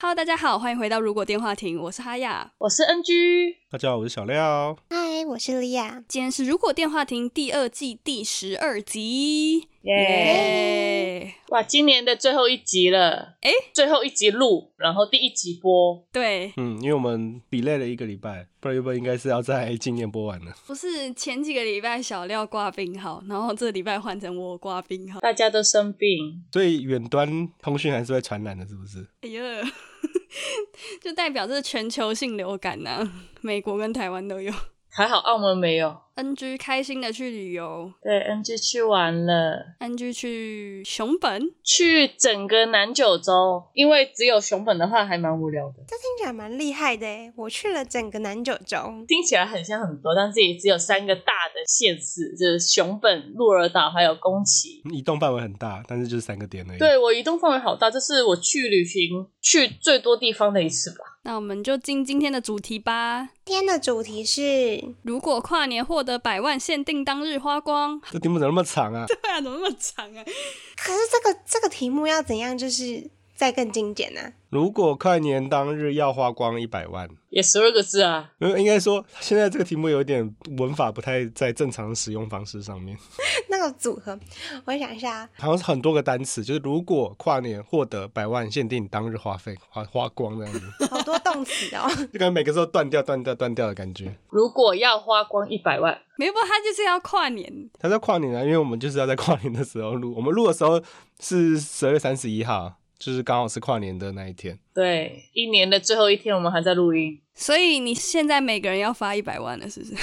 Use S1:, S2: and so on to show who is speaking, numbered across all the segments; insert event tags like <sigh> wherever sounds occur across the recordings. S1: Hello，大家好，欢迎回到《如果电话亭》，我是哈雅。
S2: 我是 NG，
S3: 大家好，我是小廖。
S4: 嗨，我是莉亚。
S1: 今天是《如果电话亭》第二季第十二集，
S2: 耶！
S1: 耶！
S2: 哇，今年的最后一集了，
S1: 诶
S2: 最后一集录，然后第一集播，
S1: 对，
S3: 嗯，因为我们 delay 了一个礼拜，不然原本应该是要在今年播完的。
S1: 不是前几个礼拜小廖挂病号，然后这礼拜换成我挂病号。
S2: 大家都生病，
S3: 所以远端通讯还是会传染的，是不是？
S1: 哎呀， <laughs> 就代表这是全球性流感呐、美国跟台湾都有。
S2: 还好澳门没有。
S1: NG 开心的去旅游
S2: 对，NG 去玩了，
S1: ，NG 去熊本，
S2: 去整个南九州，因为只有熊本的话还蛮无聊的，
S5: 这听起来蛮厉害的诶，我去了整个南九州，
S2: 听起来很像很多，但是也只有三个大的县市，就是熊本、鹿儿岛还有宫崎。
S3: 移动范围很大，但是就是三个点而已。，
S2: 对我移动范围好大，这是我去旅行去最多地方的一次吧。
S1: 那我们就进今天的主题吧。
S5: 今天的主题是
S1: 如果跨年获得百万限定当日花光， <laughs>
S3: 这题目怎么那么长啊？ <laughs>
S1: 对啊，怎么那么长啊？
S5: 可是这个这个题目要怎样，就是再更精简呢、
S3: 如果跨年当日要花光一百万，
S2: 也十二个字啊，
S3: 没有，应该说现在这个题目有点文法不太在正常的使用方式上面，
S5: 那个组合，我想一下啊，
S3: 好像是很多个单词，就是如果跨年获得百万限定当日花费花花光这样子， <laughs>
S5: <laughs> 好多动词哦。
S3: 就感觉每个字都断掉、断掉、断掉的感觉。
S2: 如果要花光一百万，
S1: <laughs> 没有，他就是要跨年，
S3: 他在跨年啊，因为我们就是要在跨年的时候录，我们录的时候是十二月三十一号，就是刚好是跨年的那一天。
S2: 对，一年的最后一天我们还在录音。
S1: 所以你现在每个人要发一百万了，是不是？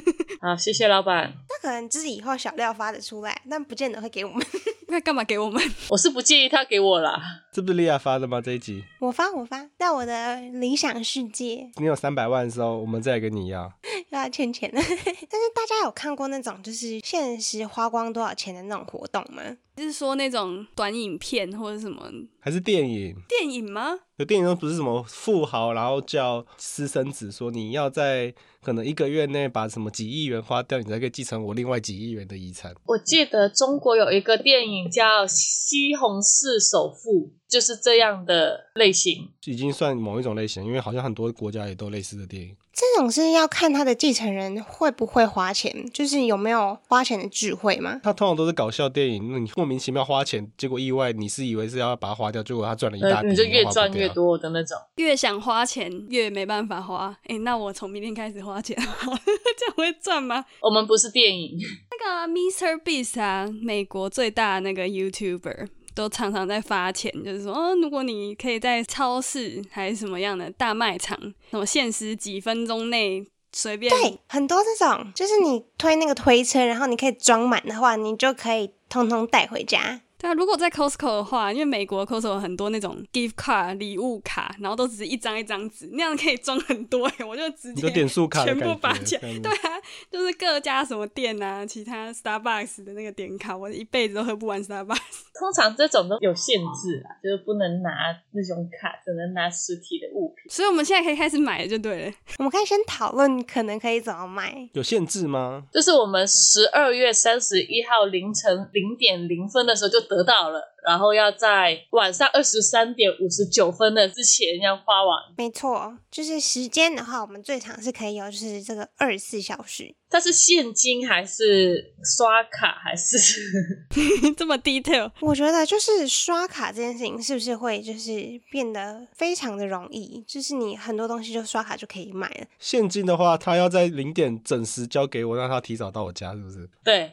S1: <laughs>
S2: 好，谢谢老板，
S5: 那可能就是以后小料发的出来，但不见得会给我们。 <laughs>
S1: 那干嘛给我们？
S2: 我是不介意他给我啦。
S3: 这不是莉亚发的吗？这一集
S5: 我发我发，在我的理想世界
S3: 你有三百万的时候，我们再跟你要。
S5: 又要欠钱 <laughs> 了。但是大家有看过那种就是限时花光多少钱的那种活动吗？
S1: 就是说那种短影片或者什么
S3: 还是电影？
S1: 电影吗？
S3: 有电影都不是什么富豪，然后叫私生子说你要在可能一个月内把什么几亿元花掉，你才可以继承我另外几亿元的遗产。
S2: 我记得中国有一个电影叫《西红柿首富》，就是这样的类型。
S3: 已经算某一种类型，因为好像很多国家也都类似的电影。
S5: 这种是要看他的继承人会不会花钱，就是有没有花钱的智慧嘛。
S3: 它通常都是搞笑电影，那你莫名其妙花钱，结果意外，你是以为是要把它花掉，结果他赚了一大
S2: 呃，
S3: 笔，
S2: 你就越
S3: 花不
S2: 赚越
S3: 掉。
S2: 多的那种，
S1: 越想花钱越没办法花。哎、那我从明天开始花钱， <laughs> 这样会赚吗？
S2: 我们不是电影，
S1: 那个啊 Mr. Beast 啊，美国最大的那个 YouTuber。都常常在发钱，就是说，哦，如果你可以在超市还是什么样的大卖场，什么限时几分钟内随便
S5: 对，很多这种，就是你推那个推车，然后你可以装满的话，你就可以通通带回家。
S1: 对啊，如果在 Costco 的话，因为美国 Costco 有很多那种 gift card 礼物卡，然后都只是一张一张纸，那样可以装很多、欸。 <laughs> 我就直
S3: 你
S1: 接
S3: 就点数卡的
S1: 全部
S3: 感
S1: 把
S3: 觉嗯
S1: 钱，
S3: 这样子
S1: 对啊，就是各家什么店啊，其他 Starbucks 的那个点卡，我一辈子都喝不完 Starbucks。 <laughs>
S2: 通常这种都有限制啊，就是不能拿那种卡，只能拿实体的物品。
S1: 所以我们现在可以开始买了就对了。 <laughs>
S5: 我们可以先讨论可能可以怎么买。
S3: 有限制吗？
S2: 就是我们十二月三十一号凌晨零点零分的时候就得到了，然后要在晚上二十三点五十九分的之前要花完。
S5: 没错，就是时间的话，我们最长是可以有，就是这个二十四小时。
S2: 它是现金还是刷卡还是？ <laughs>
S1: 这么 detail，
S5: 我觉得就是刷卡这件事情，是不是会就是变得非常的容易？就是你很多东西就刷卡就可以买了。
S3: 现金的话，他要在零点准时交给我，让他提早到我家，是不是？
S2: 对，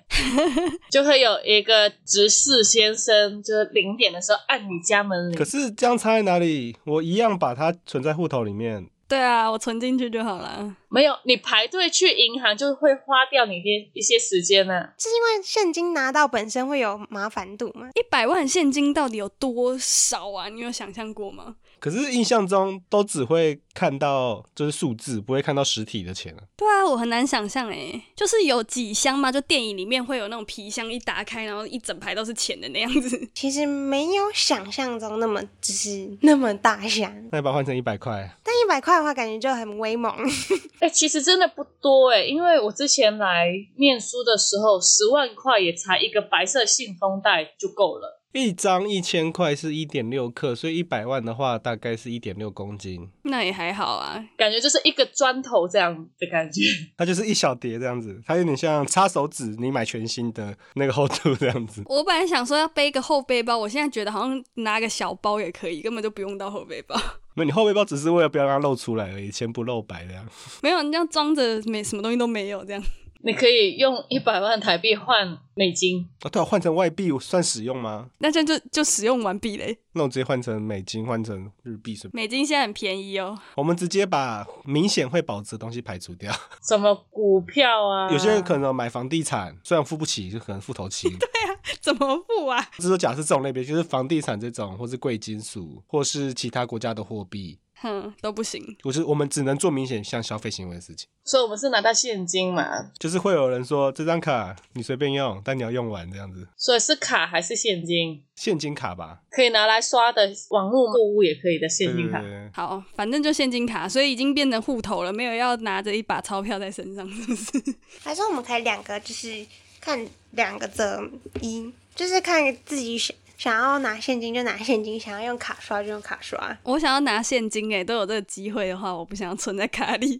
S2: 就会有一个执事先生，就是零点的时候按你家门铃
S3: 可。是这样差在哪里？我一样把它存在户头里面。
S1: 对啊，我存进去就好了。
S2: 没有，你排队去银行就会花掉你的一些时间呢、
S5: 是因为现金拿到本身会有麻烦度吗？
S1: 一百万现金到底有多少啊？你有想象过吗？
S3: 可是印象中都只会看到就是数字，不会看到实体的钱啊。
S1: 对啊，我很难想象哎，就是有几箱嘛，就电影里面会有那种皮箱一打开，然后一整排都是钱的那样子。 <laughs>
S5: 其实没有想象中那么就是那么大箱，
S3: 那你把它换成一百块，
S5: 但一百块的话感觉就很威猛。
S2: 哎、其实真的不多哎、因为我之前来念书的时候，十万块也才一个白色信封袋就够了。
S3: 一张一千块是一点六克，所以一百万的话大概是一点六公斤，
S1: 那也还好啊，
S2: 感觉就是一个砖头这样的感觉， <laughs>
S3: 它就是一小叠这样子，它有点像擦手指，你买全新的那个 <laughs> 厚度这样子。
S1: 我本来想说要背一个后背包，我现在觉得好像拿个小包也可以，根本就不用到后背包。 <laughs>
S3: 那你后背包只是为了不要让它露出来而已，钱不露白这样。
S1: 没有，你这样装着没什么东西都没有，这样
S2: 你可以用一百万台币换美金。
S3: 啊，对啊，换成外币算使用吗？
S1: 那这样就就使用完毕嘞。
S3: 那我直接换成美金，换成日币什么？
S1: 美金现在很便宜哦， <laughs>
S3: 我们直接把明显会保值的东西排除掉。
S2: 什么股票啊？
S3: 有些人可能买房地产，虽然付不起，就可能付头期。
S1: 怎么付啊？
S3: 这是假设这种类别，就是房地产这种，或是贵金属，或是其他国家的货币。
S1: 哼，都不行。
S3: 我是我们只能做明显像消费行为的事情，
S2: 所以我们是拿到现金嘛，
S3: 就是会有人说这张卡你随便用，但你要用完这样子，
S2: 所以是卡还是现金？
S3: 现金卡吧，
S2: 可以拿来刷的网络购物也可以的
S3: 对
S2: 现
S3: 对
S2: 金卡
S3: 对。对 <laughs>
S1: 好，反正就现金卡，所以已经变成户头了，没有要拿着一把钞票在身上，是不是？
S5: 还是我们可以两个就是看两个择一，就是看自己想想要拿现金就拿现金，想要用卡刷就用卡刷。
S1: 我想要拿现金诶，都有这个机会的话，我不想要存在卡里。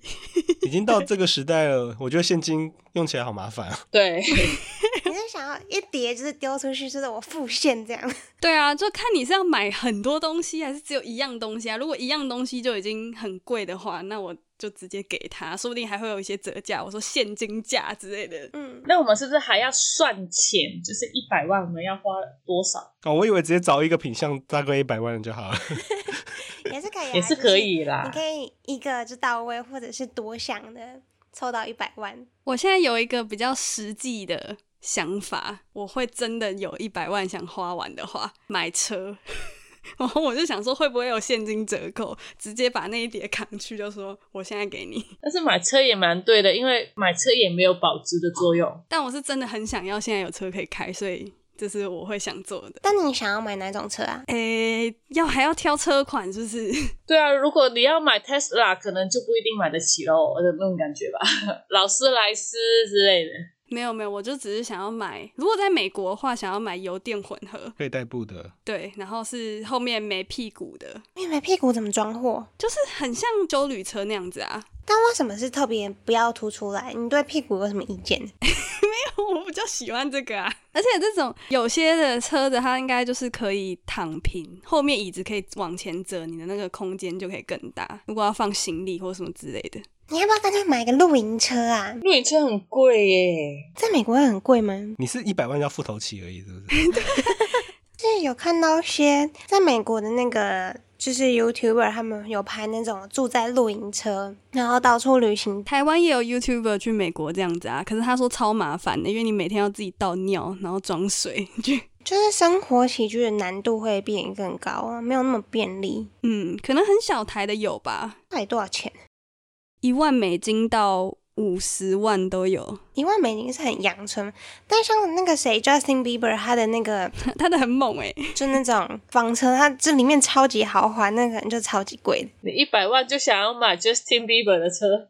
S1: <laughs>
S3: 已经到这个时代了，我觉得现金用起来好麻烦 <laughs> 啊。
S2: 对， <laughs>
S5: 你是想要一叠就是丢出去，就是我付现这样？
S1: 对啊，就看你是要买很多东西，还是只有一样东西啊？如果一样东西就已经很贵的话，那我就直接给他，说不定还会有一些折价。我说现金价之类的，
S5: 嗯，
S2: 那我们是不是还要算钱？就是一百万，我们要花多少？
S3: 哦，我以为直接找一个品相大概一百万就好了。 <laughs>
S5: 也是可以、啊，
S2: 也是可以啦
S5: 你。可以一个就到位，或者是多想的凑到一百万。
S1: 我现在有一个比较实际的想法，我会真的有一百万想花完的话，买车。 <laughs> 然后我就想说，会不会有现金折扣？直接把那一叠扛去，就说我现在给你。
S2: 但是买车也蛮对的，因为买车也没有保值的作用。
S1: 但我是真的很想要现在有车可以开，所以这是我会想做的。
S5: 但你想要买哪种车啊？
S1: 诶，要还要挑车款是不是？ <laughs>
S2: 对啊，如果你要买 Tesla，可能就不一定买得起喽，我的那种感觉吧， <laughs> 劳斯莱斯之类的。
S1: 没有没有，我就只是想要买。如果在美国的话，想要买油电混合，
S3: 可以代步的，
S1: 对，然后是后面没屁股的，
S5: 你买屁股怎么装货？
S1: 就是很像修旅车那样子啊。 <laughs>
S5: 但为什么是特别不要凸出来？你对屁股有什么意见？
S1: 我比较喜欢这个啊，而且这种有些的车子，它应该就是可以躺平，后面椅子可以往前折，你的那个空间就可以更大。如果要放行李或什么之类的，
S5: 你要不要干脆买一个露营车啊？
S2: 露营车很贵耶，
S5: 在美国会很贵吗？
S3: 你是一百万要付头期而已，是
S5: <laughs>
S3: 不是？
S5: 是有看到一些在美国的那个，就是 YouTuber 他们有拍那种住在露营车，然后到处旅行。
S1: 台湾也有 YouTuber 去美国这样子啊，可是他说超麻烦的，因为你每天要自己倒尿，然后装水 <laughs> 去。
S5: 就是生活起居的难度会变更高啊，没有那么便利。
S1: 嗯，可能很小台的有吧，
S5: 到底多少钱？
S1: 一万美金到五十万都有， <laughs>
S5: 一万美金是很阳春，但像那个谁 Justin Bieber 他的那个
S1: 他的很猛欸诶、
S5: 就那种房车，它这里面超级豪华，那可能就超级贵的。
S2: 你一百万就想要买 Justin Bieber 的车，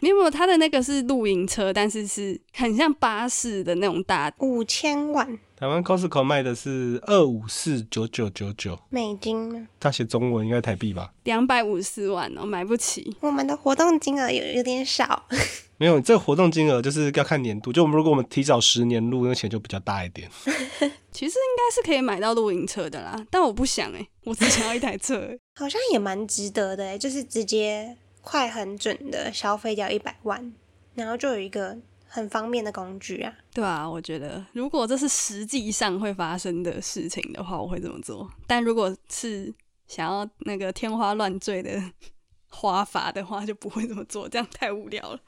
S1: 没有没有，他的那个是露营车，但是是很像巴士的那种大
S5: 五千万
S3: 台湾 Costco 卖的是二五四九九九九，
S5: 美金吗？
S3: 它写中文应该台币吧？
S1: 两百五十万哦，买不起。
S5: 我们的活动金额有有点少，
S3: 没有，这个活动金额就是要看年度，就我们如果我们提早十年入，那个钱就比较大一点。
S1: 其实应该是可以买到露营车的啦，但我不想诶、我只想要一台车、欸。
S5: 好像也蛮值得的欸就是直接快很准的消费掉一百万，然后就有一个很方便的工具啊。
S1: 对啊，我觉得如果这是实际上会发生的事情的话，我会这么做。但如果是想要那个天花乱坠的 <laughs> 花法的话，就不会这么做，这样太无聊了。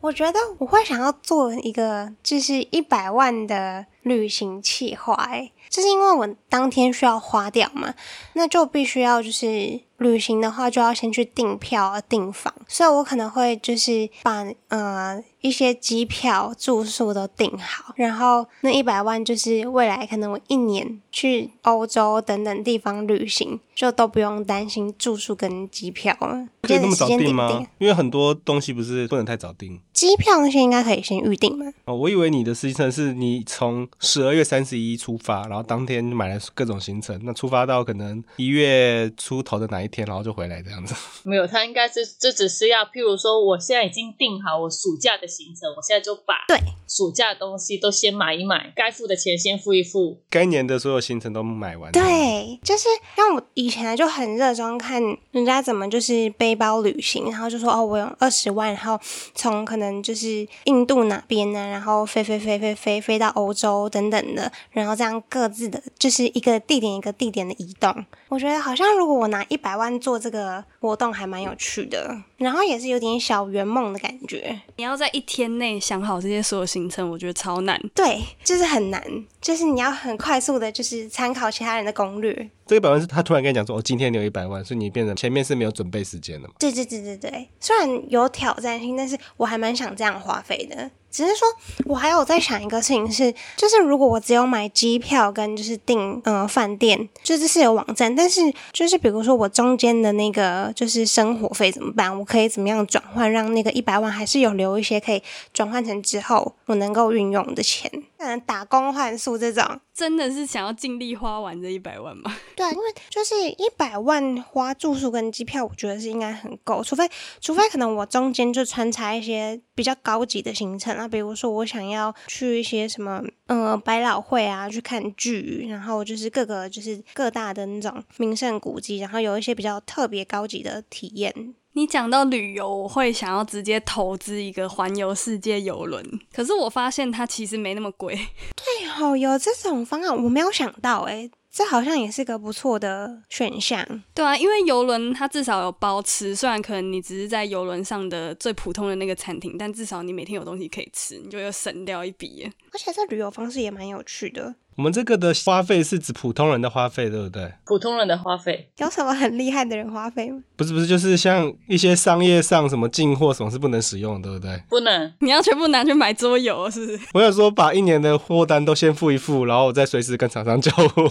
S5: 我觉得我会想要做一个就是一百万的旅行计划、欸，就是因为我当天需要花掉嘛，那就必须要就是旅行的话，就要先去订票啊、订房，所以我可能会就是把呃一些机票、住宿都订好，然后那一百万就是未来可能我一年去欧洲等等地方旅行，就都不用担心住宿跟机票了。
S3: 可以那么早
S5: 时间点
S3: 订
S5: 定
S3: 吗？因为很多东西不是不能太早订
S5: 机票那些应该可以先预定嘛？
S3: 哦。我以为你的行程是你从十二月三十一出发，然后当天买了各种行程，那出发到可能一月出头的哪一天，然后就回来这样子。 <laughs>
S2: 没有，他应该是这只是要，譬如说，我现在已经定好我暑假的行程，我现在就把
S5: 对
S2: 暑假的东西都先买一买，该付的钱先付一付。
S3: 该年的所有行程都买完。，
S5: 对，就是像我以前就很热衷看人家怎么就是背包旅行，然后就说哦，我有二十万，然后从可能就是印度哪边呢，然后飞飞飞飞飞飞到欧洲等等的，然后这样各自的就是一个地点一个地点的移动。我觉得好像如果我拿一百万做这个活动，还蛮有趣的，然后也是有点小圆梦的感觉。
S1: 你要在一天内想好这些所有行程，我觉得超难。
S5: 对，就是很难，就是你要很快速的，就是参考其他人的攻略。
S3: 这个百万是他突然跟你讲说，哦，今天你有一百万，所以你变成前面是没有准备时间的嘛。
S5: 对对对对对，虽然有挑战性，但是我还蛮想这样花费的。只是说，我还有在想一个事情是，就是如果我只有买机票跟就是订呃饭店，就是是有网站，但是就是比如说我中间的那个就是生活费怎么办？我可以怎么样转换，让那个一百万还是有留一些可以转换成之后我能够运用的钱，嗯，打工换宿这种，
S1: 真的是想要尽力花完这一百万吗？ <laughs>
S5: 对啊，因为就是一百万花住宿跟机票，我觉得是应该很够，除非除非可能我中间就穿插一些比较高级的行程啊，比如说我想要去一些什么呃百老汇啊去看剧，然后就是各个就是各大的那种名胜古迹，然后有一些比较特别高级的体验。
S1: 你讲到旅游，我会想要直接投资一个环游世界游轮，可是我发现它其实没那么贵。
S5: 哎呦，有这种方案我没有想到诶、这好像也是个不错的选项。
S1: 对啊，因为游轮它至少有包吃，虽然可能你只是在游轮上的最普通的那个餐厅，但至少你每天有东西可以吃，你就又省掉一笔耶。 <laughs>
S5: 而且这旅游方式也蛮有趣的，
S3: 我们这个的花费是指普通人的花费，对不对？
S2: 普通人的花费，
S5: 有什么很厉害的人花费吗？
S3: 不是不是，就是像一些商业上什么进货什么是不能使用的，对不对？
S2: 不能
S1: 你要全部拿去买桌游，是不是？
S3: 我有说把一年的货单都先付一付，然后我再随时跟厂商
S2: <laughs>
S3: 交货，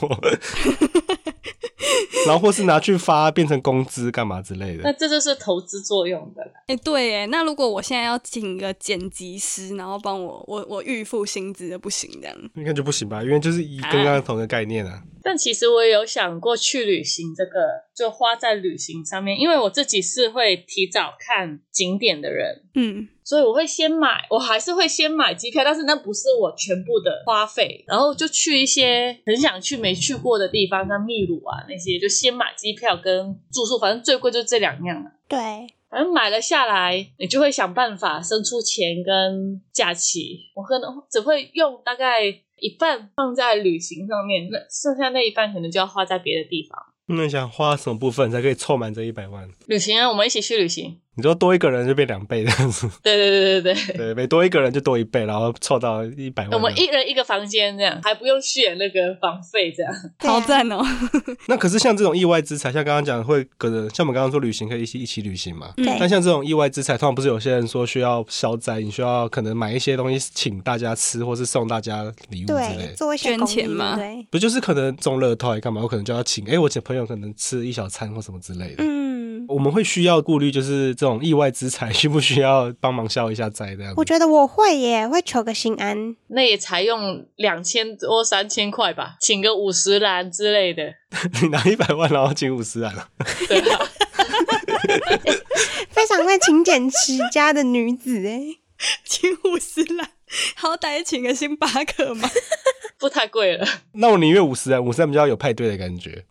S3: 然后或是拿去发变成工资干嘛之类
S2: 那
S3: 的。
S2: 这就是投资作用的啦。
S1: <laughs> 哎、对耶。那如果我现在要请一个剪辑师，然后帮我，我我预付薪资的不行这样。
S3: 应该就不行吧，因为就是以刚刚同一个概念啊。
S2: 但其实我也有想过去旅行，这个就花在旅行上面，因为我自己是会提早看景点的人，
S1: 嗯，
S2: 所以我会先买，我还是会先买机票，但是那不是我全部的花费，然后就去一些很想去没去过的地方，像秘鲁啊那些，就先买机票跟住宿，反正最贵就这两样了。
S5: 对，
S2: 反正买了下来，你就会想办法生出钱跟假期。我可能只会用大概一半放在旅行上面，那剩下那一半可能就要花在别的地方。
S3: 那你想花什么部分才可以凑满这一百万？
S2: 旅行啊，我们一起去旅行。
S3: 你说多一个人就变两倍这样子，
S2: 对对对对
S3: <laughs>
S2: 对。
S3: 对，每多一个人就多一倍，然后凑到一百万。
S2: 我们一人一个房间这样，还不用续那个房费这样。
S5: 对啊
S1: 好赞哦、
S3: 那可是像这种意外之财，像刚刚讲会可能像我们刚刚说旅行可以一起一起旅行嘛，
S1: 嗯
S5: 对
S3: <laughs> 但像这种意外之财，通常不是有些人说需要消灾，你需要可能买一些东西请大家吃，或是送大家礼物之
S5: 对，
S3: 类。
S5: 做一些
S1: 捐
S5: 公
S1: 钱
S5: 益
S1: 吗
S5: 对，
S3: 不就是可能中乐透还干嘛？我可能就要请，哎、我请朋友可能吃一小餐或什么之类的。
S5: 嗯，
S3: 我们会需要顾虑，就是这种意外之财需不需要帮忙消一下灾这样子
S5: 我。觉得我会耶，会求个心安。
S2: 那也才用两千多三千块吧，请个五十兰之类的。
S3: <laughs> 你拿一百万，然后请五十来了，
S2: 对啊，
S5: 非常会勤俭持家的女子哎，
S1: 请五十兰，好歹请个星巴克 <laughs> 嘛，
S2: 不太贵了。
S3: 那我宁愿五十来，五十来比较有派对的感觉。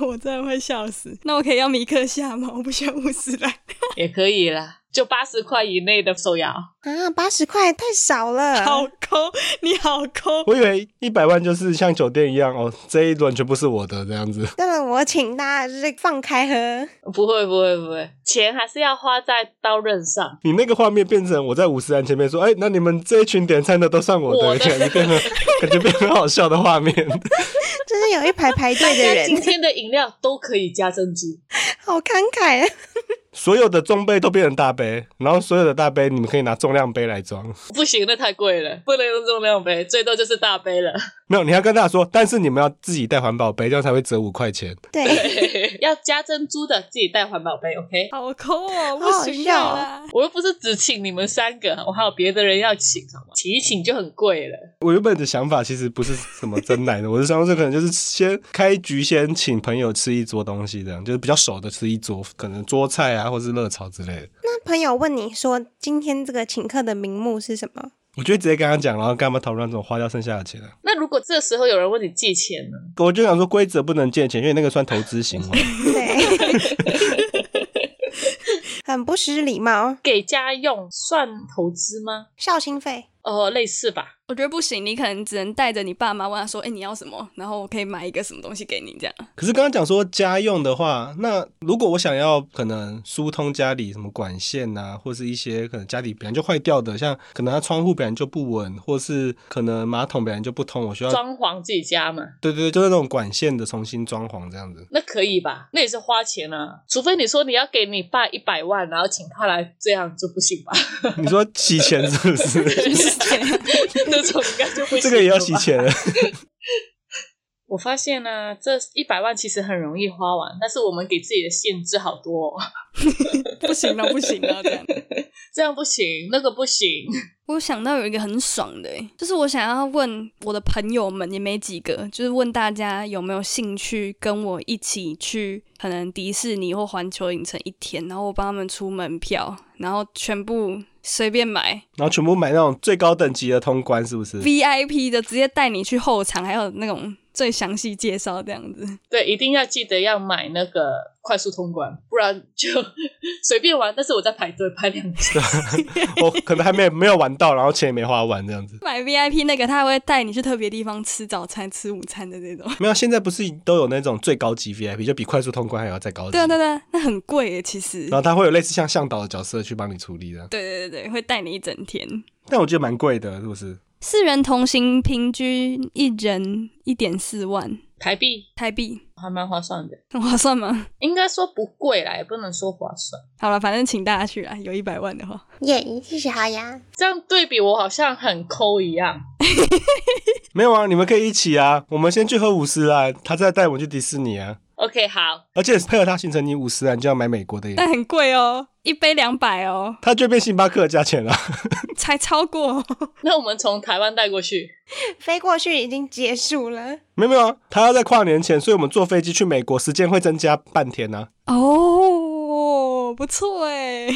S1: 我真的会笑死。那我可以要米克夏吗？我不喜欢五十兰。
S2: 也可以啦，就八十块以内的手摇。
S5: 啊，八十块太少
S1: 好
S5: 了。
S1: 抠，你好抠，
S3: 我以为一百万就是像酒店一样哦，这一轮全部是我的这样子。
S5: 当然，我请大家就是放开喝，
S2: 不会不会不会，钱还是要花在刀刃上。
S3: 你那个画面变成我在五十人前面说，哎、那你们这一群点餐的都算我
S2: 我
S3: 的，
S2: 的
S3: 感觉变得感觉变得很好笑的画面。
S5: 就是有一排排队的
S2: 那今
S5: 人，
S2: 天的饮料都可以加珍珠，
S5: 好慷慨啊。
S1: <laughs>
S3: 所有的中杯都变成大杯，然后所有的大杯你们可以拿重量杯来装。
S2: 不行，那太贵了，不能用重量杯，最多就是大杯了。 <laughs>
S3: 没有，你要跟大家说，但是你们要自己带环保杯，这样才会折五块钱。
S5: 对，
S2: 要加珍珠的自己带环保杯，OK？
S1: 好抠哦，
S5: 好好
S1: 不行
S5: 笑哦
S1: 啦。
S2: 我又不是只请你们三个，我还有别的人要请，好吗？请一请就很贵了。
S3: 我原本的想法其实不是什么真奶的，我是想说这可能就是先开局，先请朋友吃一桌东西，这样就是比较熟的吃一桌，可能桌菜啊，或是热炒之类的。
S5: 那朋友问你说今天这个请客的名目是什么？
S3: 我就会直接跟他讲，然后干嘛讨论那种花掉剩下的钱啊？
S2: 那如果这时候有人问你借钱呢？
S3: 我就想说规则不能借钱，因为那个算投资行为。
S5: 对，很不失礼貌，
S2: 给家用算投资吗？
S5: 孝心费。
S2: 哦，类似吧。
S1: 我觉得不行，你可能只能带着你爸妈问他说：“哎、你要什么？然后我可以买一个什么东西给你。”这样 <laughs>
S3: 可是刚刚讲说家用的话，那如果我想要可能疏通家里什么管线呐，或是一些可能家里本来就坏掉的，像可能它窗户本来就不稳，或是可能马桶本来就不通，我需要
S2: 装潢自己家嘛，
S3: 对对对，就是那种管线的重新装潢这样子。
S2: 那可以吧？那也是花钱啊，除非你说你要给你爸一百万，然后请他来，这样就不行吧？ <laughs>
S3: 你说洗钱是不是？ <laughs>
S1: 就是这样。
S2: 那种应该就不行。
S3: 这个也要洗钱？了？
S2: 我发现呢、这一百万其实很容易花完，但是我们给自己的限制好多、哦， <laughs>
S1: 不行了，不行了，这样。
S2: 这样不行，那个不行。
S1: 我想到有一个很爽的欸，就是我想要问我的朋友们，也没几个，就是问大家有没有兴趣跟我一起去，可能迪士尼或环球影城一天，然后我帮他们出门票，然后全部随便买
S3: 然后全部买那种最高等级的通关，是不
S1: <laughs>
S3: 是？
S1: VIP 的，直接带你去后场，还有那种最详细介绍这样子。
S2: 对，一定要记得要买那个快速通关，不然就随便玩。但是我在排队排两
S3: <laughs>
S2: 次，
S3: 我哦可能还没有没有玩到，然后钱也没花完这样子。
S1: 买 VIP 那个，他还会带你去特别地方吃早餐、吃午餐的那种。
S3: 没有，现在不是都有那种最高级 VIP，就比快速通关还要再高级。
S1: 对啊，对啊对啊，那很贵耶，其实。
S3: 然后他会有类似像向导的角色去帮你处理的，
S1: 对对对对，会带你一整天。
S3: 但我觉得蛮贵的，是不是？
S1: 四人同行平均一人一点四万
S2: 台币
S1: 台币，
S2: 还蛮划算的，
S1: 很划算吗？ <laughs>
S2: 应该说不贵啦，也不能说划算。
S1: 好了，反正请大家去啊，有一百万的话，
S5: 耶，谢谢好呀。
S2: 这样对比，我好像很抠一样。
S3: 没有啊，你们可以一起啊，我们先去喝五十啊，他再带我们去迪士尼啊。
S2: OK，好，
S3: 而且配合他行程，你五十啊，你就要买美国的耶，
S1: 但很贵哦，一杯两百哦，
S3: 他就变星巴克的价钱了。 <laughs>
S1: 才超过、
S2: <laughs> 那我们从台湾带过去，
S5: 飞过去已经结束了，
S3: 没有没有啊，他要在跨年前，所以我们坐飞机去美国时间会增加半天呢、啊。
S1: 哦，不错哎，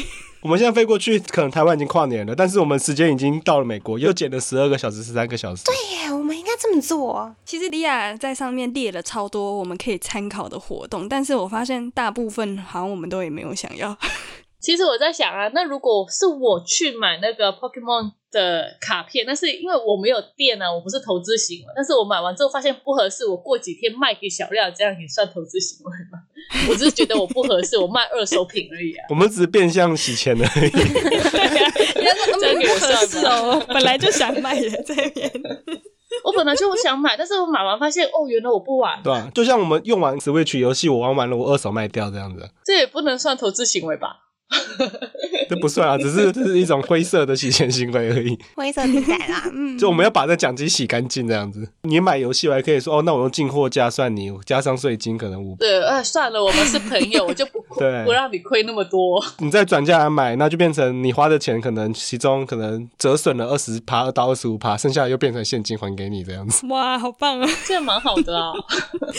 S3: 我们现在飞过去，可能台湾已经跨年了，但是我们时间已经到了美国，又减了十二个小时、十三个小时。对，
S5: 哎耶，我们应该这么做。哦
S1: 其实莉亚在上面列了超多我们可以参考的活动，但是我发现大部分好像我们都也没有想要。
S2: 其实我在想啊，那如果是我去买那个 Pokemon 的卡片，但是因为我没有店啊，我不是投资行为，但是我买完之后发现不合适，我过几天卖给小廖，这样也算投资行为吗？ <laughs> 我只是觉得我不合适，我卖二手品而已
S1: <laughs>
S2: 啊。
S3: 我们只是变相洗钱而已。
S1: 人家 <laughs> 说
S2: 这样
S1: 嗯
S2: 给
S1: 不
S2: 我
S1: 合
S2: 算
S1: 适
S2: 吧
S1: 哦， <laughs> 本来就想买的这边。 <laughs>
S2: 我本来就想买，但是我买完发现，哦，原来我不玩，
S3: 对吧、就像我们用完 Switch 游戏，我玩完了，我二手卖掉这样子，
S2: 这也不能算投资行为吧？
S3: 这不算啊，只是这是一种灰色的洗钱行为而已。
S5: 灰色地带啦，嗯，
S3: 就我们要把这奖金洗干净这样子。你买游戏，我还可以说哦，那我用进货价算你，加上税金可能五。
S2: 对，哎，算了，我们是朋友，我就不
S3: 对
S2: 不让你亏那么多。
S3: 你再转价来买，那就变成你花的钱可能其中可能折损了二十趴到二十五趴，剩下的又变成现金还给你这样子。
S1: 哇，好棒啊！
S2: 这样蛮好的啊。
S1: <laughs>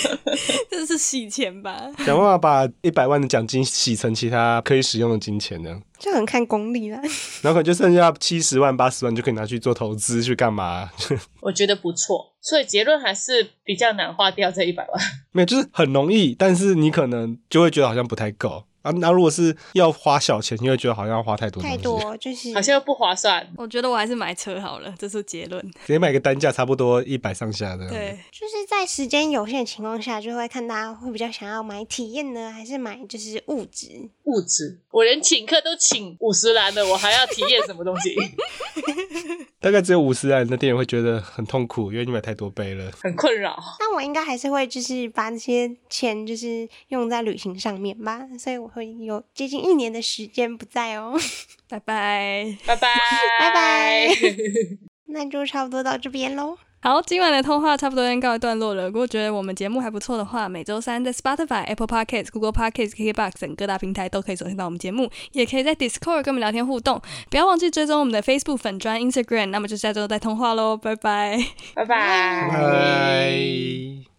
S1: 这是洗钱吧？
S3: 想办法把一百万的奖金洗成其他可以使用的金钱呢，
S5: <laughs> 就很看功力啦。
S3: 然后可能就剩下七十万、八十万就可以拿去做投资去干嘛、啊
S2: 我觉得不错，所以结论还是比较难花掉这一百万。
S3: 没有，就是很容易，但是你可能就会觉得好像不太够。啊。那如果是要花小钱，你会觉得好像要花太多东
S5: 太
S3: 西，
S5: 多哦就是
S2: 好像又不划算。
S1: 我觉得我还是买车好了，这是结论。
S3: 直接买个单价差不多一百上下的。
S1: 对，
S5: 就是在时间有限的情况下，就会看大家会比较想要买体验呢，还是买就是物质？
S2: 物质，我连请客都请五十兰了，我还要体验什么东
S5: <laughs>
S2: 西？
S3: 大概只有五十人的店员会觉得很痛苦，因为你买太多杯了。
S2: 很困扰。
S5: 但我应该还是会就是把这些钱就是用在旅行上面吧，所以我会有接近一年的时间不在哦。
S1: 拜拜。
S2: 拜拜，
S5: 拜拜。 <laughs> 那就差不多到这边喽。
S1: 好，今晚的通话差不多先告一段落了。如果觉得我们节目还不错的话，每周三在 Spotify、Apple Podcasts、Google Podcasts、KKBox 等各大平台都可以收听到我们节目，也可以在 Discord 跟我们聊天互动。不要忘记追踪我们的 Facebook 粉专、Instagram。那么就下周再通话喽，拜拜。
S2: 拜拜。
S3: 拜。